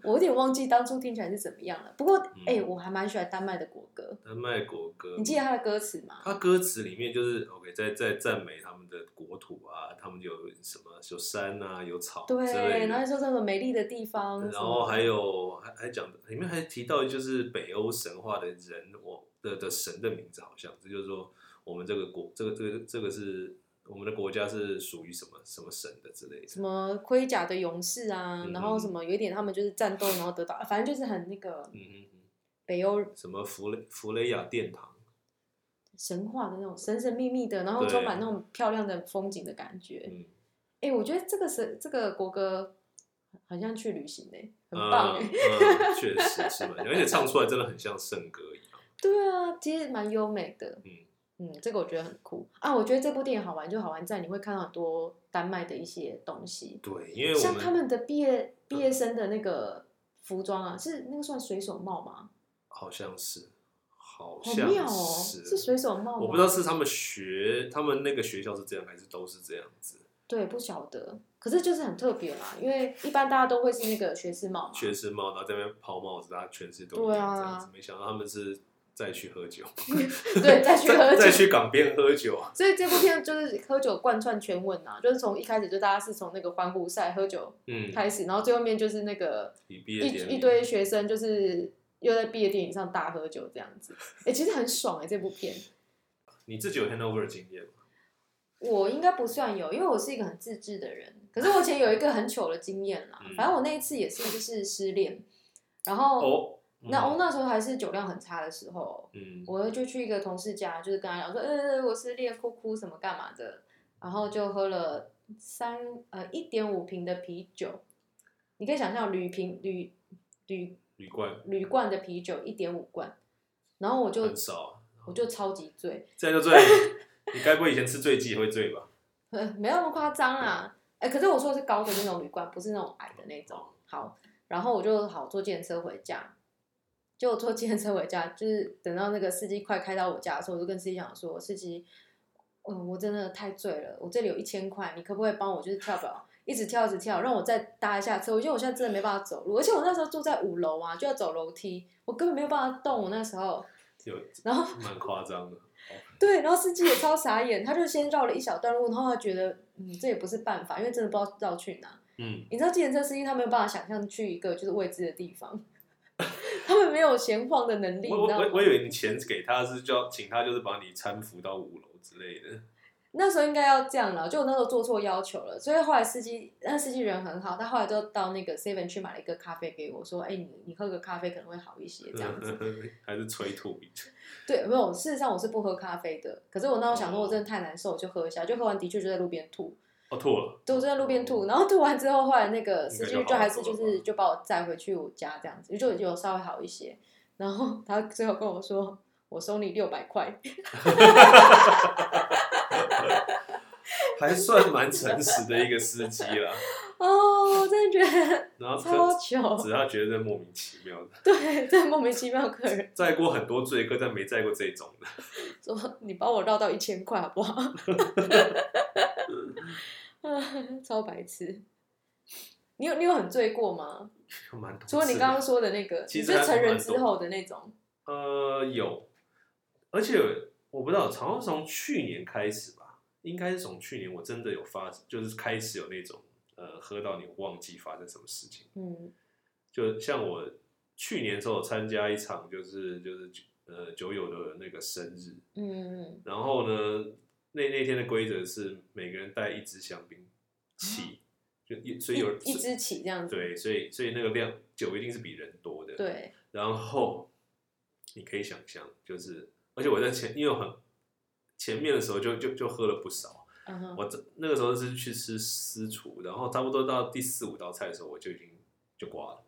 Speaker 1: 我有点忘记当初听起来是怎么样了。不过
Speaker 2: 嗯
Speaker 1: 哎、我还蛮喜欢丹麦的国歌，
Speaker 2: 丹麦国歌，
Speaker 1: 你记得它的歌词吗？
Speaker 2: 他歌词里面就是 OK，在在赞美他们的国土啊，他们有什么有山啊，有草之类
Speaker 1: 对，然后
Speaker 2: 的，
Speaker 1: 说什么美丽的地方，
Speaker 2: 然
Speaker 1: 哦什
Speaker 2: 后
Speaker 1: 么
Speaker 2: 还有还还讲里面还提到就是北欧神话的人，我的的神的名字好像，这就是说我们这个国这个这个这个是我们的国家是属于什么什么神的之类
Speaker 1: 什
Speaker 2: 的，
Speaker 1: 么盔甲的勇士啊，
Speaker 2: 嗯
Speaker 1: 然后什么有一点他们就是战斗，然后得到，反正就是很那个
Speaker 2: 嗯嗯嗯，
Speaker 1: 北欧
Speaker 2: 什么弗雷弗雷亚殿堂，
Speaker 1: 神话的那种神神秘秘的，然后
Speaker 2: 对
Speaker 1: 充满那种漂亮的风景的感觉。
Speaker 2: 嗯，
Speaker 1: 哎、我觉得这个是这个国歌，好像去旅行哎、很棒哎、
Speaker 2: 嗯，嗯确实是蛮像，而且唱出来真的很像圣歌一样，
Speaker 1: 对啊，其实蛮优美的。
Speaker 2: 嗯
Speaker 1: 嗯，这个我觉得很酷啊！我觉得这部电影好玩，就好玩在你会看到很多丹麦的一些东西，
Speaker 2: 对，因为我
Speaker 1: 像
Speaker 2: 们
Speaker 1: 他们的毕业毕业生的那个服装啊，是那个算水手帽吗？
Speaker 2: 好像是，好
Speaker 1: 好
Speaker 2: 像
Speaker 1: 妙哦，
Speaker 2: 是，
Speaker 1: 是水手帽吗？
Speaker 2: 我不知道是他们学，他们那个学校是这样，还是都是这样子，
Speaker 1: 对，不晓得。可是就是很特别啦，因为一般大家都会是那个学士帽嘛。
Speaker 2: 学士帽，然后在那边抛帽子，大家全世界都
Speaker 1: 对
Speaker 2: 一样这样
Speaker 1: 啊
Speaker 2: 子，没想到他们是再去喝酒，
Speaker 1: 对，再去喝
Speaker 2: 再再
Speaker 1: 酒。
Speaker 2: 去港边喝酒，
Speaker 1: 所以这部片就是喝酒贯穿全文啊，就是从一开始就大家是从那个欢呼赛喝酒
Speaker 2: 嗯，
Speaker 1: 开始，然后最后面就是那个
Speaker 2: 以毕
Speaker 1: 一
Speaker 2: 业典礼
Speaker 1: 一堆学生就是又在毕业典礼上大喝酒这样子。哎、其实很爽哎、这部片。
Speaker 2: 你自己有 handover 经验吗？
Speaker 1: 我应该不算有，因为我是一个很自制的人。可是我以前有一个很糗的经验啦，
Speaker 2: 嗯
Speaker 1: 反正我那一次也是就是失恋，然后
Speaker 2: 哦，
Speaker 1: 那我
Speaker 2: 嗯
Speaker 1: 那时候还是酒量很差的时候，
Speaker 2: 嗯，
Speaker 1: 我就去一个同事家，就是跟他讲说，呃，我失恋，哭哭什么干嘛的，然后就喝了三呃一点五瓶的啤酒，你可以想象铝瓶铝铝
Speaker 2: 旅馆
Speaker 1: 铝罐的啤酒一点五罐，然后我就
Speaker 2: 很少，
Speaker 1: 我就超级醉，
Speaker 2: 这样就醉了，你该不会以前吃醉鸡也会醉吧？
Speaker 1: 呃， 没有那么夸张啦。哎、可是我说的是高的那种旅馆，不是那种矮的那种。好，然后我就好坐计程车回家，就坐计程车回家，就是等到那个司机快开到我家的时候，我就跟司机讲说：“司机，嗯，我真的太醉了，我这里有一千块，你可不可以帮我就是跳表，一直跳一直跳，让我再搭一下车？我觉得我现在真的没办法走路，而且我那时候住在五楼啊，就要走楼梯，我根本没有办法动。我那时候，
Speaker 2: 有
Speaker 1: 然后
Speaker 2: 蛮夸张的，
Speaker 1: 对，然后司机也超傻眼，他就先绕了一小段路，然后他觉得，嗯，这也不是办法，因为真的不知道绕去哪。
Speaker 2: 嗯，
Speaker 1: 你知道，计程车司机他没有办法想象去一个就是未知的地方， 他们没有闲晃的能力，
Speaker 2: 我
Speaker 1: 你知道
Speaker 2: 我
Speaker 1: 吗
Speaker 2: 我？以为你钱给他是叫请他就是把你搀扶到五楼之类的，
Speaker 1: 那时候应该要这样了，就我那时候做错要求了，所以后来司机，那司机人很好，他后来就到那个 Seven 去买了一个咖啡给我，说，哎、你你喝个咖啡可能会好一 些，这样 子。
Speaker 2: 还是催吐一下。
Speaker 1: 对，没有，事实上我是不喝咖啡的，可是我那时候想说，我真的太难受，我就喝一下，就喝完的确就在路边吐，
Speaker 2: 哦，吐了。
Speaker 1: 对，我就在路边吐，然后吐完之后，后来那个司机
Speaker 2: 应该
Speaker 1: 就
Speaker 2: 就好
Speaker 1: 还
Speaker 2: 了
Speaker 1: 是就是就把我载回去我家这样子，就有稍微好一些。然后他最后跟我说：“我收你六百块。
Speaker 2: 还算蛮诚实的一个司机啦。”
Speaker 1: 哦，我真的觉 得
Speaker 2: 然后
Speaker 1: 超
Speaker 2: 可
Speaker 1: 糗，
Speaker 2: 只是他觉得莫名其妙的，
Speaker 1: 对，这莫名其妙的客人
Speaker 2: 载过很多罪客，但没载过这种的。
Speaker 1: 说：“你帮我绕到一千块好不好？” 超白痴。你有你有很醉过吗？
Speaker 2: 蛮多次
Speaker 1: 除
Speaker 2: 的
Speaker 1: 了你刚刚说的那个，
Speaker 2: 啊其
Speaker 1: 你
Speaker 2: 实
Speaker 1: 是
Speaker 2: 还
Speaker 1: 成人
Speaker 2: 蛮多
Speaker 1: 之后的那种，
Speaker 2: 呃有，而且我不知道，好像从去年开始吧，应该是从去年我真的有发，就是开始有那种呃喝到你忘记发生什么事情。
Speaker 1: 嗯
Speaker 2: 就像我去年的时候有参加一场就是就是呃酒友的那个生日，
Speaker 1: 嗯嗯
Speaker 2: 然后呢，那那天的规则是每个人带一支香槟起，就一所以有
Speaker 1: 嗯，哦一一支起这样子，
Speaker 2: 对，所以所以那个量酒一定是比人多的。，
Speaker 1: 对，
Speaker 2: 然后你可以想象，就是而且我在前，因为我很前面的时候就就就喝了不少。
Speaker 1: 嗯哼。
Speaker 2: 我这那个时候是去吃私厨，然后差不多到第四五道菜的时候，我就已经就挂了，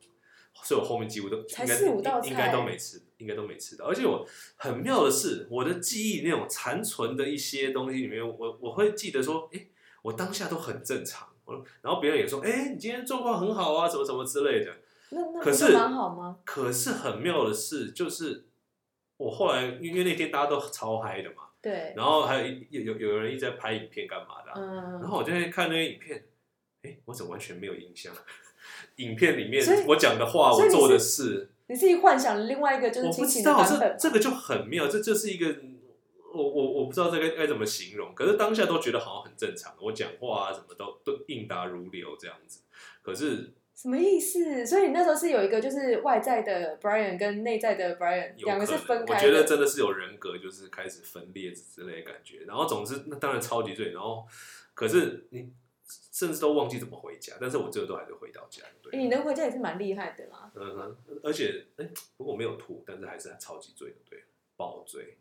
Speaker 2: 所以我后面几乎都
Speaker 1: 才
Speaker 2: 应该
Speaker 1: 四五道菜
Speaker 2: 应该都没吃，应该都没吃到。而且我很妙的是，我的记忆那种残存的一些东西里面，我我会记得说，诶，我当下都很正常，我然后别人也说，诶，你今天状况很好啊，什么什么之类的。
Speaker 1: 那那
Speaker 2: 可
Speaker 1: 不
Speaker 2: 是
Speaker 1: 蛮好吗？
Speaker 2: 可是很妙的是，就是我后来因为那天大家都超嗨的嘛，
Speaker 1: 对，
Speaker 2: 然后还有一有有有人一直在拍影片干嘛的啊、然
Speaker 1: 嗯，
Speaker 2: 后我就在看那些影片，哎，我怎么完全没有印象？ 影片里面
Speaker 1: 所以
Speaker 2: 我讲的话，
Speaker 1: 所以
Speaker 2: 我
Speaker 1: 你
Speaker 2: 做的
Speaker 1: 是
Speaker 2: 事，
Speaker 1: 你自己幻想了另外一个就是
Speaker 2: 我不
Speaker 1: 亲
Speaker 2: 知
Speaker 1: 情的
Speaker 2: 道，
Speaker 1: 版本
Speaker 2: 这这个就很妙，这就是一个我我我不知道这个该怎么形容，可是当下都觉得好像很正常，我讲话啊什么都都应答如流这样子，可是
Speaker 1: 什么意思？所以你那时候是有一个就是外在的 Brian 跟内在的 Brian
Speaker 2: 有
Speaker 1: 两
Speaker 2: 可
Speaker 1: 个是分
Speaker 2: 能我
Speaker 1: 开
Speaker 2: 觉得
Speaker 1: 的，
Speaker 2: 真的是有人格就是开始分裂之类的感觉，然后总之那当然超级醉，然后可是你甚至都忘记怎么回家，但是我最后都还是回到家，对。
Speaker 1: 诶你能回家也是蛮厉害的啦。
Speaker 2: 嗯哼，而且哎、不过没有吐，但是还是超级醉的，对，爆醉。
Speaker 1: 哦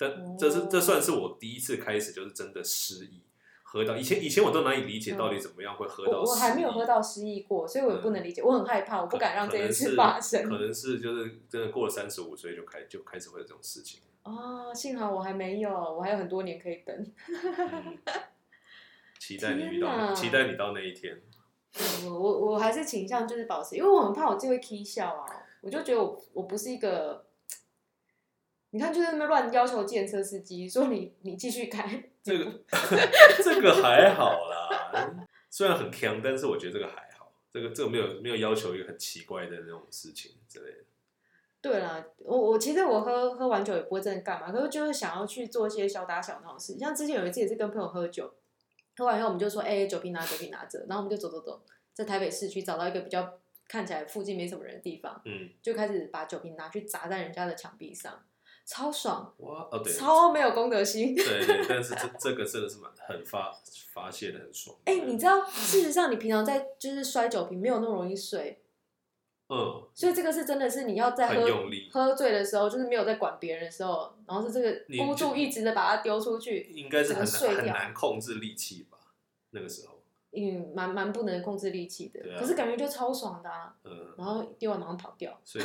Speaker 2: 但这是这算是我第一次开始就是真的失忆，喝到以前以前我都难以理解到底怎么样会喝
Speaker 1: 嗯我
Speaker 2: 到失忆，嗯
Speaker 1: 我还没有喝到失忆过，所以我也不能理解，我很害怕，我不敢让这件事发
Speaker 2: 可
Speaker 1: 生。
Speaker 2: 能是就是真的过了三十五岁就开就开始会有这种 事情。
Speaker 1: 哦，幸好我还没有，我还有很多年可以等。
Speaker 2: 嗯期待你遇
Speaker 1: 天哪
Speaker 2: 到，期待你到那一天。
Speaker 1: 嗯我我我还是倾向就是保持，因为我很怕我自己会 k 笑啊，我就觉得我我不是一个，你看就在那边乱要求建车司机说你你继续开，
Speaker 2: 这个这个还好啦， 虽然很强，但是我觉得这个还好，这个这个没有没有要求一个很奇怪的那种事情之类的。
Speaker 1: 对啦，我我其实我喝喝完酒也不会真的干嘛，可是就是想要去做一些小打小闹的事。像之前有一次也是跟朋友喝酒，喝完以后我们就说，哎、酒瓶拿酒瓶拿着，然后我们就走走走，在台北市区找到一个比较看起来附近没什么人的地方，
Speaker 2: 嗯，
Speaker 1: 就开始把酒瓶拿去砸在人家的墙壁上，超爽，
Speaker 2: 哇，哦对，
Speaker 1: 超没有公德心。
Speaker 2: 对对，但是这这个真的是蛮很发发泄的很爽。
Speaker 1: 哎、你知道，事实上你平常在就是摔酒瓶没有那么容易碎，
Speaker 2: 嗯，
Speaker 1: 所以这个是真的是你要在
Speaker 2: 很
Speaker 1: 喝
Speaker 2: 用力，
Speaker 1: 喝醉的时候，就是没有在管别人的时候，然后是这个
Speaker 2: 你
Speaker 1: 孤注一掷的把它丢出去，
Speaker 2: 应该是
Speaker 1: 整
Speaker 2: 很
Speaker 1: 个碎
Speaker 2: 难很
Speaker 1: 掉
Speaker 2: 难控制力气吧？那个时候，
Speaker 1: 嗯，蛮蛮不能控制力气的
Speaker 2: 对，啊
Speaker 1: 可是感觉就超爽的啊。
Speaker 2: 嗯，
Speaker 1: 然后丢完马上跑掉，
Speaker 2: 所以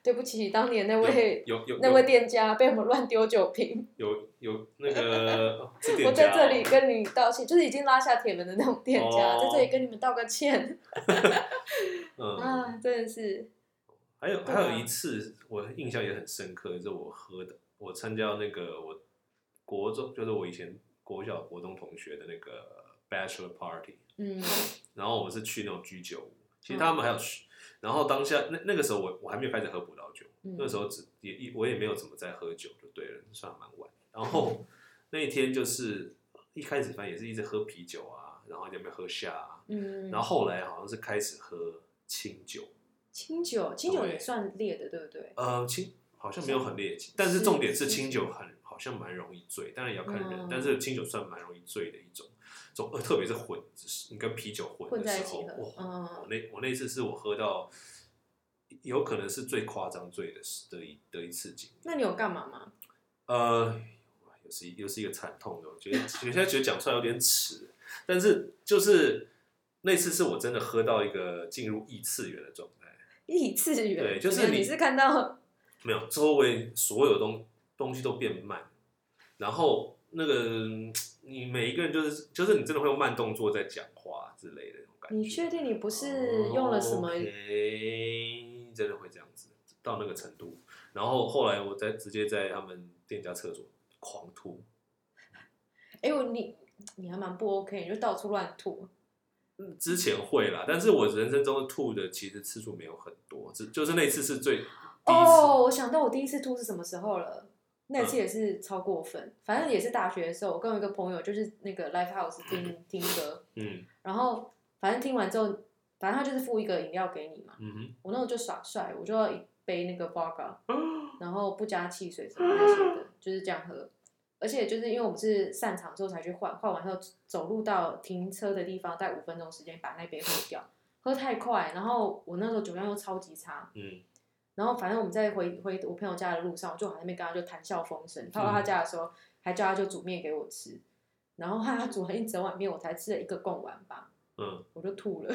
Speaker 1: 对不起，当年那位
Speaker 2: 有有
Speaker 1: 那位
Speaker 2: 有
Speaker 1: 店家被我们乱丢酒瓶，
Speaker 2: 有有那个，哦是
Speaker 1: 我
Speaker 2: 店
Speaker 1: 在
Speaker 2: 家
Speaker 1: 这里
Speaker 2: 哦
Speaker 1: 跟你道歉，就是已经拉下铁门的那种店家，
Speaker 2: 哦
Speaker 1: 在这里跟你们道个歉
Speaker 2: 嗯，
Speaker 1: 啊，真的是，
Speaker 2: 还有
Speaker 1: 对
Speaker 2: 还
Speaker 1: 啊
Speaker 2: 有一次，我印象也很深刻，就是我喝的，我参加那个我国中，就是我以前国小国中同学的那个 bachelor party，
Speaker 1: 嗯
Speaker 2: 然后我们是去那种居酒屋，其实他们还有去，然后当下那那个时候我我还没有开始喝葡萄酒，那
Speaker 1: 嗯
Speaker 2: 时候只也也我也没有怎么在喝酒，就对了，算蛮晚。然后那一天就是一开始反正也是一直喝啤酒啊，然后在那边喝下、啊，
Speaker 1: 嗯，
Speaker 2: 然后后来好像是开始喝清酒，
Speaker 1: 清酒，清酒
Speaker 2: 对
Speaker 1: 也算烈的，对不对？
Speaker 2: 呃，清好像没有很烈，但是重点是
Speaker 1: 是
Speaker 2: 清酒很好像蛮容易醉，当然也要看人，
Speaker 1: 嗯
Speaker 2: 但是清酒算蛮容易醉的一种，种呃特别是混，你跟啤酒混
Speaker 1: 混
Speaker 2: 的
Speaker 1: 在
Speaker 2: 时
Speaker 1: 一起
Speaker 2: 候，
Speaker 1: 喝
Speaker 2: 哇，
Speaker 1: 嗯
Speaker 2: 我那我那次是我喝到有可能是最夸张醉的时的一的一次经历，
Speaker 1: 那你有干嘛吗？
Speaker 2: 呃，又是一又是一个惨痛的，我觉得我现在觉得讲出来有点耻，但是就是那次是我真的喝到一个进入异次元的状态。
Speaker 1: 异次元，
Speaker 2: 对就是
Speaker 1: 怎么样
Speaker 2: 你
Speaker 1: 你是看到
Speaker 2: 没有，周围所有东东西都变慢，然后那个嗯你每一个人就是就是你真的会用慢动作在讲话之类的那种感觉。
Speaker 1: 你确定你不
Speaker 2: 哦
Speaker 1: 是用了什么？
Speaker 2: OK，真的会这样子到那个程度。然后后来我在直接在他们店家厕所狂吐，
Speaker 1: 哎、我你你还蛮不 OK，你就到处乱吐。
Speaker 2: 之前会啦，但是我人生中吐的其实次数没有很多，只就是那一次是最第一次。嗯
Speaker 1: 哦，我想到我第一次吐是什么时候了。那次也是超过分，反正也是大学的时候，我跟我一个朋友就是那个 live house 听听歌，
Speaker 2: 嗯
Speaker 1: 然后反正听完之后，反正他就是付一个饮料给你嘛。
Speaker 2: 嗯
Speaker 1: 我那时候就耍帅，我就要一杯那个 vodka，
Speaker 2: 哼，
Speaker 1: 然后不加汽水什么那些的，就是这样喝。而且就是因为我们是散场之后才去换，换完之后走路到停车的地方，大概五分钟时间把那杯喝掉，喝太快，然后我那时候酒量又超级差，
Speaker 2: 嗯，
Speaker 1: 然后反正我们在回回我朋友家的路上，我就好像那边跟他就谈笑风生。到他家的时候，还叫他就煮面给我吃，然后他煮完一整碗面，我才吃了一个贡丸吧，
Speaker 2: 嗯，
Speaker 1: 我就吐了，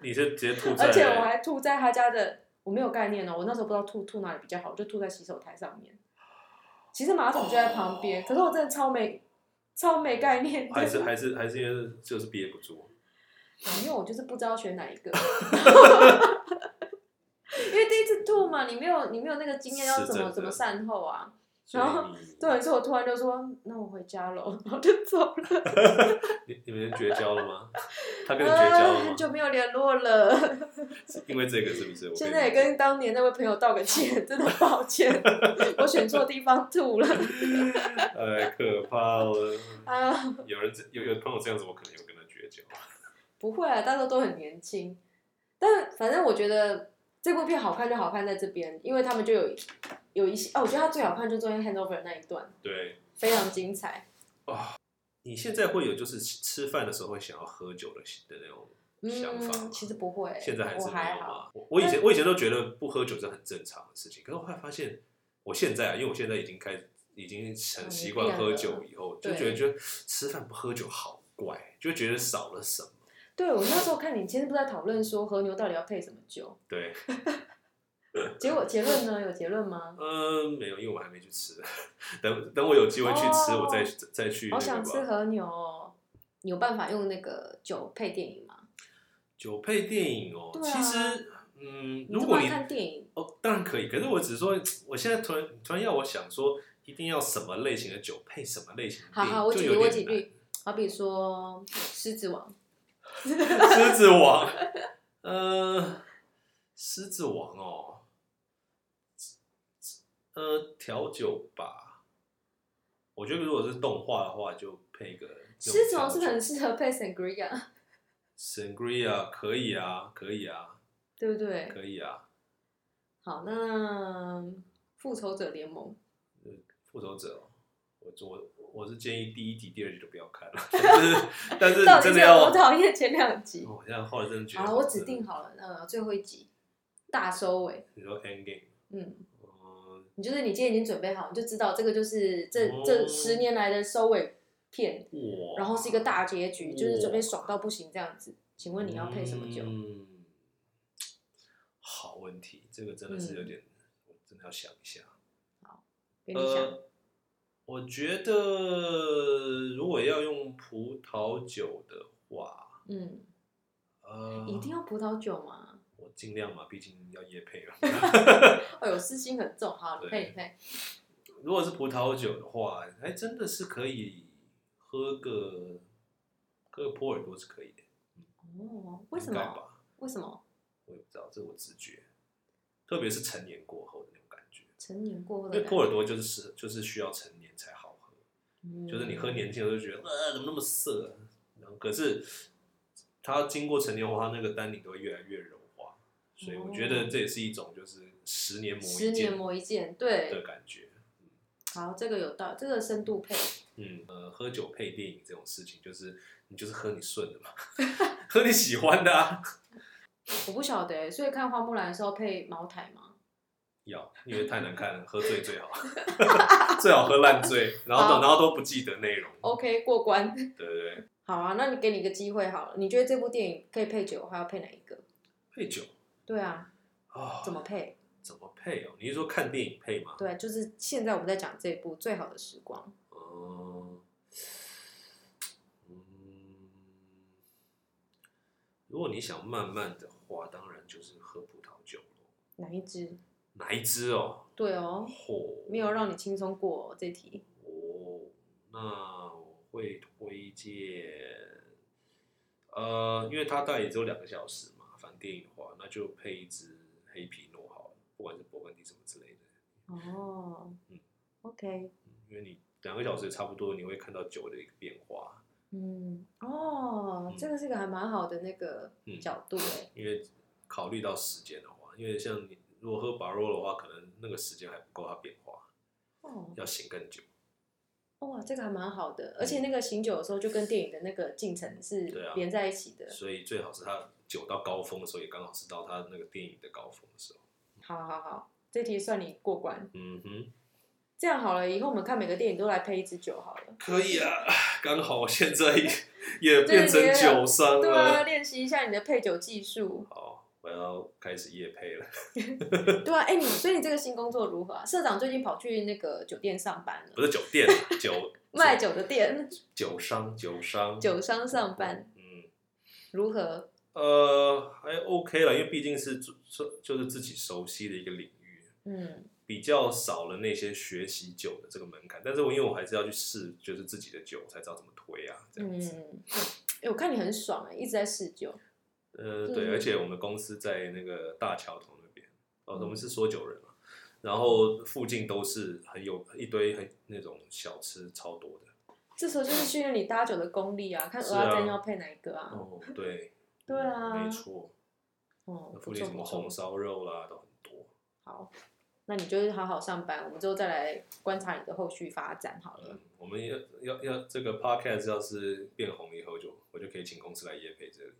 Speaker 2: 你是直接吐在，
Speaker 1: 而且我还吐在他家的，我没有概念哦，我那时候不知道吐吐哪里比较好，我就吐在洗手台上面。其实马桶就在旁边，可是我真的超没超没概念的，
Speaker 2: 还是还是还是因为就是憋不住。
Speaker 1: 因为我就是不知道选哪一个。 因为第一次吐嘛，你没有你没有那个经验，要
Speaker 2: 是
Speaker 1: 怎么
Speaker 2: 真
Speaker 1: 怎么
Speaker 2: 的
Speaker 1: 善后啊？
Speaker 2: 所以
Speaker 1: 然后
Speaker 2: 你
Speaker 1: 对，所以我突然就说，那我回家了，然后就走了。
Speaker 2: 你你们绝交了吗？他跟你绝交
Speaker 1: 啊，
Speaker 2: 了
Speaker 1: 很
Speaker 2: 吗？
Speaker 1: 久没有联络了，
Speaker 2: 是因为这个是不是？我可以
Speaker 1: 现在也
Speaker 2: 理解
Speaker 1: 跟当年那位朋友道个歉，真的抱 歉，我选错地方吐了
Speaker 2: 哎，可怕了！
Speaker 1: 啊！
Speaker 2: 有人这有有朋友这样子，我可能有跟他绝交。
Speaker 1: 不会啊，大家都很年轻，但反正我觉得这部片好看就好看在这边，因为他们就有有一些哦，我觉得它最好看就中间 handover 那一段
Speaker 2: 对
Speaker 1: 非常精彩，
Speaker 2: 你现在会有就是吃吃饭的时候会想要喝酒的的那种，想法
Speaker 1: 嗯，其实不会，
Speaker 2: 现在还
Speaker 1: 我
Speaker 2: 是没
Speaker 1: 还
Speaker 2: 有
Speaker 1: 好。
Speaker 2: 吗？我我以前我以前都觉得不喝酒是很正常的事情，可是我后来发现，我现在啊，因为我现在已经开始已经很习惯喝酒以后，就觉得觉得吃饭不喝酒好怪，就觉得少了什么。
Speaker 1: 对我那时候看你今天不是在讨论说和牛到底要配什么酒，
Speaker 2: 对，
Speaker 1: 结果结论呢？有结论吗？
Speaker 2: 嗯，没有，因为我还没去吃，等等我有机会去吃，
Speaker 1: 哦
Speaker 2: 我再再去
Speaker 1: 好
Speaker 2: 那
Speaker 1: 想
Speaker 2: 个
Speaker 1: 吃
Speaker 2: 吧。
Speaker 1: 和牛哦！你有办法用那个酒配电影吗？
Speaker 2: 酒配电影哦，
Speaker 1: 对啊
Speaker 2: 其实嗯，如
Speaker 1: 这
Speaker 2: 果
Speaker 1: 么爱
Speaker 2: 你
Speaker 1: 看电影，
Speaker 2: 哦，当然可以。可是我只是说，我现在突然突然要我想说，一定要什么类型的酒配什么类型的
Speaker 1: 好
Speaker 2: 电影，
Speaker 1: 好，我
Speaker 2: 就
Speaker 1: 举
Speaker 2: 有
Speaker 1: 例，
Speaker 2: 点
Speaker 1: 我举
Speaker 2: 难。
Speaker 1: 例，好比说《狮子王》，
Speaker 2: 狮子王，呃，狮子王哦，呃，调酒吧。我觉得如果是动画的话，就配一个那种
Speaker 1: 狮子王是不是
Speaker 2: 调酒
Speaker 1: 很适合配 Sangria，
Speaker 2: sangria 可以啊，可以啊，
Speaker 1: 对不对？
Speaker 2: 可以啊。
Speaker 1: 好，那《复仇者联盟》
Speaker 2: 复仇者哦，我我我是建议第一集、第二集就不要看了， 但是但是你
Speaker 1: 到底
Speaker 2: 真
Speaker 1: 是
Speaker 2: 的
Speaker 1: 有
Speaker 2: 要
Speaker 1: 多讨厌前两集？
Speaker 2: 我现在哦后来真的觉
Speaker 1: 好
Speaker 2: 得，
Speaker 1: 了，啊我指定好了，呃，最后一集大收尾，
Speaker 2: 你说 end game，
Speaker 1: 嗯。
Speaker 2: 嗯，
Speaker 1: 你就是你今天已经准备好，你就知道这个就是这、
Speaker 2: 哦
Speaker 1: 这十年来的收尾片，
Speaker 2: 哇，
Speaker 1: 然后是一个大结局，就是准备
Speaker 2: 哇
Speaker 1: 爽到不行这样子。请问你要配什么酒？
Speaker 2: 嗯，好问题，这个真的是有点，我真的要想一下。
Speaker 1: 嗯给你想、
Speaker 2: 呃，我觉得如果要用葡萄酒的话，
Speaker 1: 嗯，
Speaker 2: 呃，
Speaker 1: 一定要葡萄酒吗？
Speaker 2: 我尽量嘛，毕竟要夜配嘛。
Speaker 1: 哎呦，私心很重，好，你
Speaker 2: 对
Speaker 1: 配你配。
Speaker 2: 如果是葡萄酒的话，还真的是可以喝个喝个波尔多是可以的，
Speaker 1: 哦，为什
Speaker 2: 应该
Speaker 1: 么？
Speaker 2: 吧？
Speaker 1: 为什么
Speaker 2: 我也不知道，这是我直觉，特别是成年过后的那种感觉，
Speaker 1: 成年过后
Speaker 2: 因
Speaker 1: 的
Speaker 2: 为
Speaker 1: 感
Speaker 2: 波尔多就是适就是需要成年才好喝，
Speaker 1: 嗯
Speaker 2: 就是你喝年轻的时候就觉得呃怎么那么涩、啊，然后可是它经过成年后，它那个单宁都会越来越柔化，所以我觉得这也是一种就是十年磨
Speaker 1: 哦十
Speaker 2: 一
Speaker 1: 年
Speaker 2: 剑
Speaker 1: 磨一剑，对，
Speaker 2: 的感觉。
Speaker 1: 好，这个有道，这个深度配。
Speaker 2: 嗯，呃，喝酒配电影这种事情，就是你就是喝你顺的嘛， 喝你喜欢的啊。
Speaker 1: 我不晓得欸，所以看花木兰的时候配茅台吗？
Speaker 2: 嗯要，因为太难看了，喝醉最好， 最好喝烂醉，然后
Speaker 1: 好
Speaker 2: 等，然后都不记得内容。
Speaker 1: OK，过关。
Speaker 2: 对对对，
Speaker 1: 好啊，那你给你一个机会好了，你觉得这部电影可以配酒的话，还要配哪一个？
Speaker 2: 配酒
Speaker 1: 对啊，
Speaker 2: 啊、
Speaker 1: 怎么配？
Speaker 2: 怎么配哦？你是说看电影配吗？
Speaker 1: 对，就是现在我们在讲这部《最好的时光
Speaker 2: 嗯，嗯，如果你想慢慢的话，当然就是喝葡萄酒咯。》，
Speaker 1: 哪一支？
Speaker 2: 哪一支哦？
Speaker 1: 对哦，
Speaker 2: 嚯，
Speaker 1: 没有让你轻松过、哦、这题。
Speaker 2: 哦，那我会推荐，呃，因为它大概也只有两个小时嘛，反正电影的话，那就配一支黑皮诺好了，不管是勃艮第什么之类的，
Speaker 1: 哦
Speaker 2: 嗯
Speaker 1: ，OK，
Speaker 2: 嗯因为你两个小时差不多，你会看到酒的一个变化，
Speaker 1: 嗯，哦，这个是一个还蛮好的那个
Speaker 2: 嗯
Speaker 1: 角度哎。
Speaker 2: 因为考虑到时间的话，因为像你如果喝 b a r o 的话，可能那个时间还不够它变化，
Speaker 1: 哦，
Speaker 2: 要醒更久。
Speaker 1: 哇，这个还蛮好的，而且那个醒酒的时候就跟电影的那个进程是
Speaker 2: 嗯对啊
Speaker 1: 连在一起的。
Speaker 2: 所以最好是它酒到高峰的时候，也刚好是到它那个电影的高峰的时候。
Speaker 1: 好好好，这题算你过关。
Speaker 2: 嗯哼，
Speaker 1: 这样好了，以后我们看每个电影都来配一支酒好了。
Speaker 2: 可以啊，刚好我现在也也
Speaker 1: 对
Speaker 2: 变成酒商
Speaker 1: 对啊，
Speaker 2: 了。
Speaker 1: 练习一下你的配酒技术。
Speaker 2: 好，我要开始夜配了。
Speaker 1: 对啊，哎、你所以你这个新工作如何啊？社长最近跑去那个酒店上班
Speaker 2: 不
Speaker 1: 了，
Speaker 2: 是酒店，啊酒
Speaker 1: 卖酒的店，
Speaker 2: 酒商，酒商，
Speaker 1: 酒商上班。
Speaker 2: 嗯，
Speaker 1: 如何？
Speaker 2: 呃，还 OK 了，因为毕竟是做就是自己熟悉的一个领域，
Speaker 1: 嗯
Speaker 2: 比较少了那些学习酒的这个门槛。但是我因为我还是要去试，就是自己的酒才知道怎么推啊，这样
Speaker 1: 嗯，
Speaker 2: 子。
Speaker 1: 哎、我看你很爽哎、一直在试酒，
Speaker 2: 呃，对，
Speaker 1: 嗯嗯
Speaker 2: 而且我们公司在那个大桥头那边，哦，我们是说酒人嘛，然后附近都是很有一堆很那种小吃超多的。
Speaker 1: 这时候就是训练你搭酒的功力啊，看
Speaker 2: 是
Speaker 1: 鹅
Speaker 2: 啊
Speaker 1: 仔煎要配哪一个啊？
Speaker 2: 哦，对，
Speaker 1: 对啊
Speaker 2: 没错，
Speaker 1: 哦，
Speaker 2: 那
Speaker 1: 不
Speaker 2: 附近
Speaker 1: 错
Speaker 2: 什么
Speaker 1: 不
Speaker 2: 红
Speaker 1: 错，
Speaker 2: 烧肉啦都很多。
Speaker 1: 好，那你就是好好上班，我们之后再来观察你的后续发展好了
Speaker 2: 嗯。，我们要要要这个 podcast 要是变红以后就，我就可以请公司来夜配这里。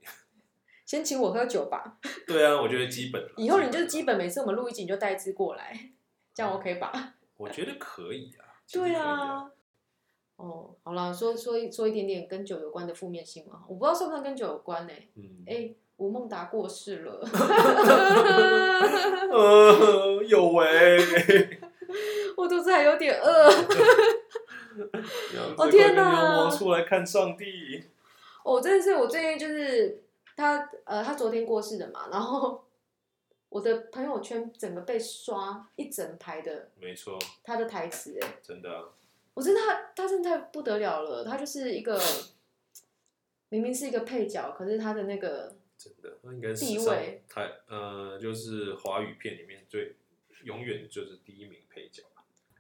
Speaker 1: 先请我喝酒吧，
Speaker 2: 对啊，我觉得基本啦
Speaker 1: 以后你就是基，本每次我们录一集你就带一支过来，这样 OK 吧？
Speaker 2: 我觉得可以啊。其实可以
Speaker 1: 对
Speaker 2: 啊，
Speaker 1: 啊。哦，好啦，说说一说一点点跟酒有关的负面新闻，我不知道算不算跟酒有关呢、
Speaker 2: 嗯，
Speaker 1: 哎、吴孟达过世了，
Speaker 2: 呃， 有 为。
Speaker 1: 我肚子还有点饿。 哦天
Speaker 2: 哪！
Speaker 1: 哪
Speaker 2: 牛魔出来看上帝。
Speaker 1: 哦，真的是我最近就是他呃，他昨天过世的嘛，然后我的朋友圈整个被刷一整排的
Speaker 2: 没错，
Speaker 1: 他的台词、哎，
Speaker 2: 真的啊，
Speaker 1: 我真的他他真的太不得了了，他就是一个明明是一个配角，可是他的那个
Speaker 2: 真的，那应该是
Speaker 1: 地
Speaker 2: 史上
Speaker 1: 位
Speaker 2: 台呃，就是华语片里面最永远就是第一名配角。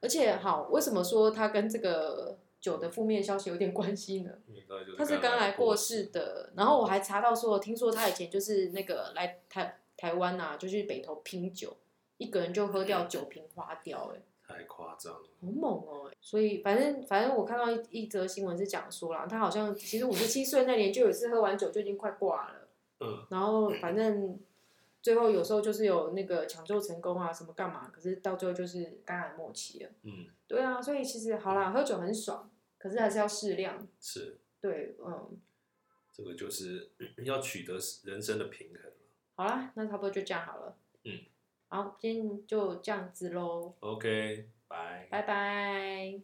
Speaker 1: 而且好，为什么说它跟这个酒的负面消息有点关系呢？
Speaker 2: 应该就是
Speaker 1: 他是刚来过世的，然后我还查到说，听说他以前就是那个来台台湾呐、啊，就去北投拼酒，一个人就喝掉九瓶花掉、欸，哎，
Speaker 2: 太夸张了。
Speaker 1: 好猛哦、欸所以反正反正我看到一一则新闻是讲说啦，他好像其实五十七岁那年就有一次喝完酒就已经快挂了，
Speaker 2: 嗯，
Speaker 1: 然后反正最后有时候就是有那个抢救成功啊，什么干嘛，可是到最后就是肝癌末期了。
Speaker 2: 嗯，
Speaker 1: 对啊，所以其实好啦，喝酒很爽，可是还是要适量。
Speaker 2: 是
Speaker 1: 对，嗯，
Speaker 2: 这个就是 要取得人生的平衡。
Speaker 1: 好啦，那差不多就这样好了。
Speaker 2: 嗯，
Speaker 1: 好，今天就这样子喽，
Speaker 2: OK，拜。
Speaker 1: 拜拜。